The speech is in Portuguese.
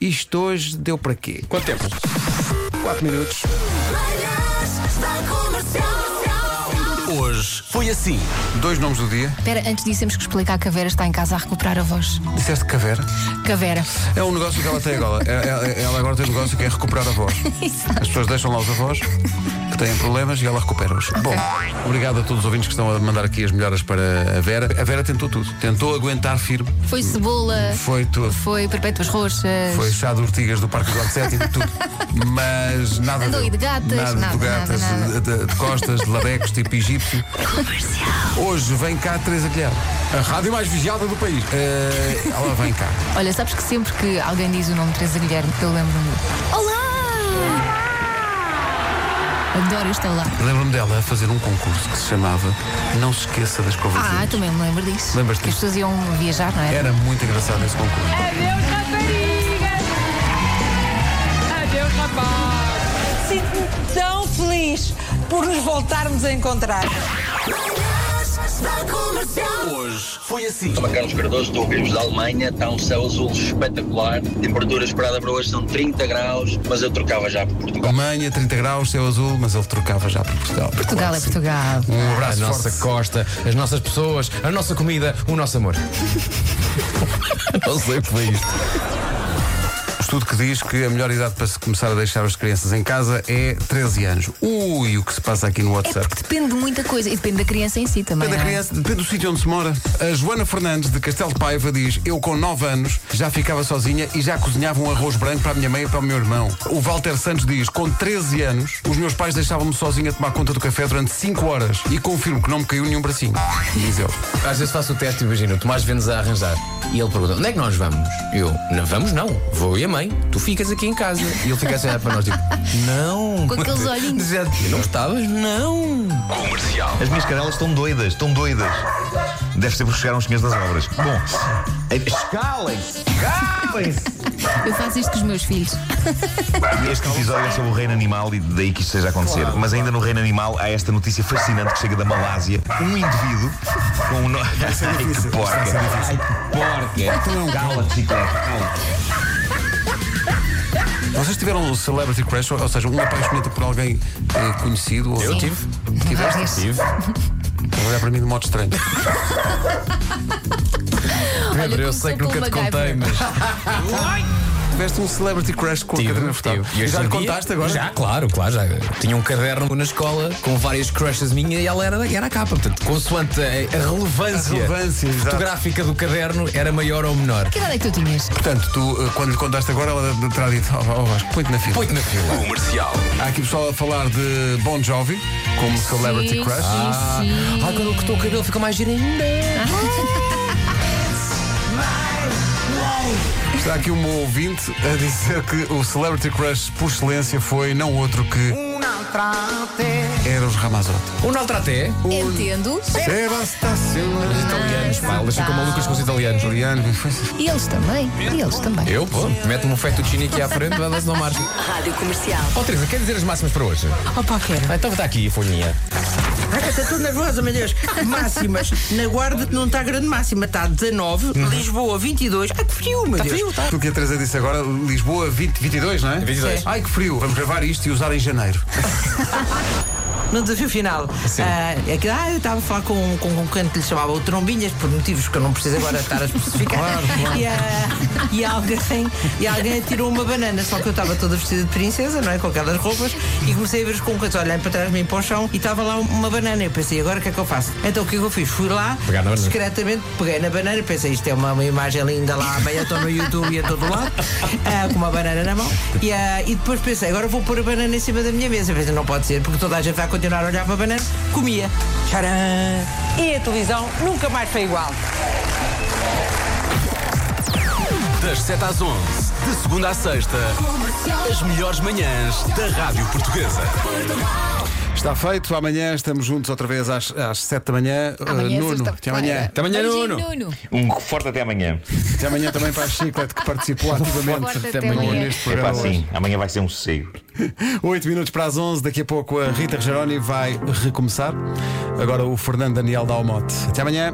Isto hoje deu para quê? Quanto tempo? 4 minutos. Manhãs da comercial. Hoje foi assim. Dois nomes do dia. Espera, antes disso temos que explicar que a Vera está em casa a recuperar a voz. Disseste Cavera. Que a Vera. É um negócio que ela tem agora. É- é- Ela agora tem um negócio que é recuperar a voz. As pessoas deixam lá os avós que têm problemas e ela recupera-os. Bom, obrigado a todos os ouvintes que estão a mandar aqui as melhoras para a Vera. A Vera tentou tudo. Tentou aguentar firme. Foi cebola, Foi tudo. foi perpétuas roxas. Foi chá de ortigas do Parque do Alcete e de tudo. Mas nada Andou deu. e de gatas, de nada, gatas, nada, nada. De, de costas, de labecos, tipo egípcio. Hoje vem cá a Teresa Guilherme. A rádio mais vigiada do país. Eh, ela vem cá. Olha, sabes que sempre que alguém diz o nome de Teresa Guilherme, eu lembro-me. Olá! Adoro este olá. Lembro-me dela a fazer um concurso que se chamava Não se esqueça das Ah, conversas. também me lembro disso. Lembras-te que as disso? pessoas iam viajar, não é? Era muito engraçado esse concurso. Adeus, raparigas! Adeus, rapaz! Sinto-me tão feliz por nos voltarmos a encontrar. Manhãs da comercial. Hoje foi assim. Chama Carlos Cardoso, estou a vir-vos da Alemanha, está um céu azul espetacular, temperatura esperada para hoje são 30 graus, mas eu trocava já por Portugal. Alemanha, 30 graus, céu azul, mas ele trocava já para Portugal. Portugal é Portugal. Um A abraço nossa forte. costa, as nossas pessoas, a nossa comida, o nosso amor. Não sei o que foi isto. Um Estudo que diz que a melhor idade para se começar a deixar as crianças em casa é 13 anos. Ui, o que se passa aqui no É WhatsApp. porque depende de muita coisa e depende da criança em si também. Depende da não é? criança, depende do sítio onde se mora. A Joana Fernandes, de Castelo de Paiva, diz: Eu, com 9 anos, já ficava sozinha e já cozinhava um arroz branco para a minha mãe e para o meu irmão. O Walter Santos diz: Com 13 anos, os meus pais deixavam-me sozinha a tomar conta do café durante 5 horas e confirmo que não me caiu nenhum bracinho. Diz ele. Às vezes faço o teste e imagino o Tomás Vendes a arranjar. E ele pergunta: onde é que nós vamos? Eu: não vamos, não. Vou eu e a mãe. Tu ficas aqui em casa. E ele fica assim a olhar para nós: tipo, não. Com aqueles olhinhos. Já, não gostavas? Não. As minhas canelas estão doidas, estão doidas. Deve ser porque chegaram os senhores das obras. Bom, eh, escalem-se, escalem-se. Eu faço isto com os meus filhos. Este episódio é sobre o reino animal e daí que isto esteja a acontecer. Mas ainda no reino animal há esta notícia fascinante que chega da Malásia. Um indivíduo com um. No... Ai, que porca. Ai, que porca. Cala-te, chiclete, cala-te. Vocês tiveram um celebrity crush, ou ou seja, um apaixonante por alguém eh, conhecido? Ou... Eu Sim. tive. Várias. Tive. Estás a olhar para mim de modo estranho. Pedro, eu começou sei que nunca pelo te contei, MacGyver. mas. Tiveste um celebrity crush com a Catarina Furtado. E hoje Já em lhe dia- contaste agora? Já, claro, claro. Já. Tinha um caderno na escola com várias crushes minhas e ela era, era a capa. Portanto, consoante a, a relevância, A relevância, exato. fotográfica do caderno era maior ou menor. Que idade é que tu tinhas? Portanto, tu, eh, quando lhe contaste agora, ela terá dito: oh, oh, Vasco, põe-te na fila. Põe-te na fila. Comercial. Há aqui pessoal a falar de Bon Jovi como celebrity Sim, crush. Sim, sim. Ah, quando ele cortou o cabelo fica mais giro ainda. Está aqui um ouvinte a dizer que o celebrity crush por excelência foi não outro que Eros Ramazzotti. Um O Naltraté. Entendo. Sebastião Italianos, pá. Eles ficam malucas com os italianos. Italiano. E eles também. E eles também. Eu, pô, mete-me um fettuccine aqui à frente, vai-se não margem. Rádio comercial. Ó, Teresa, quer dizer as máximas para hoje? Opa, quero. Ah, Então está aqui a folhinha. Está tudo nervosa, meu Deus. Máximas. Na Guarda não está grande máxima, está 19. Lisboa, 22. Ai, que frio, meu Deus. Frio, Uhum. tá? Tu que a Teresa disse agora, Lisboa 20, 22, não é? 22. Ai que frio, vamos gravar isto e usar em janeiro. No desafio final. Sim. Ah, é que, ah, eu estava a falar com, com, com um canto que lhe chamava o Trombinhas, por motivos que eu não preciso agora estar a especificar. Claro, claro. E, ah, e alguém, e alguém atirou uma banana, só que eu estava toda vestida de princesa, não é? Com aquelas roupas, e comecei a ver os concantos, olhando para trás, me para o chão, e estava lá uma banana. Eu pensei, agora o que é que eu faço? Então o que é que eu fiz? Fui lá, Pegar na banana. discretamente, peguei na banana, pensei, isto é uma, uma imagem linda lá, bem, eu estou no YouTube e a todo lado, ah, com uma banana na mão, e, ah, e depois pensei, agora vou pôr a banana em cima da minha mesa. Pensei, não pode ser, porque toda a gente vai continuar a olhar para a banana. Comia. Tcharam! E a televisão nunca mais foi igual. Das 7 às 11, de segunda à sexta, as melhores manhãs da Rádio Portuguesa. Está feito, amanhã estamos juntos outra vez às, às 7 da manhã. Eh, Amanhã é Nuno, até sexta-feira. amanhã. Até amanhã, Beijinho, Nuno. Nuno. Um forte até amanhã. Até amanhã também para a Chiclete que participou ativamente Forte até amanhã. neste É programa. hoje. sim, amanhã vai ser um sossego. 8 minutos para as 11, daqui a pouco a Rita Rogeroni vai recomeçar. Agora o Fernando Daniel Dalmote. Até amanhã.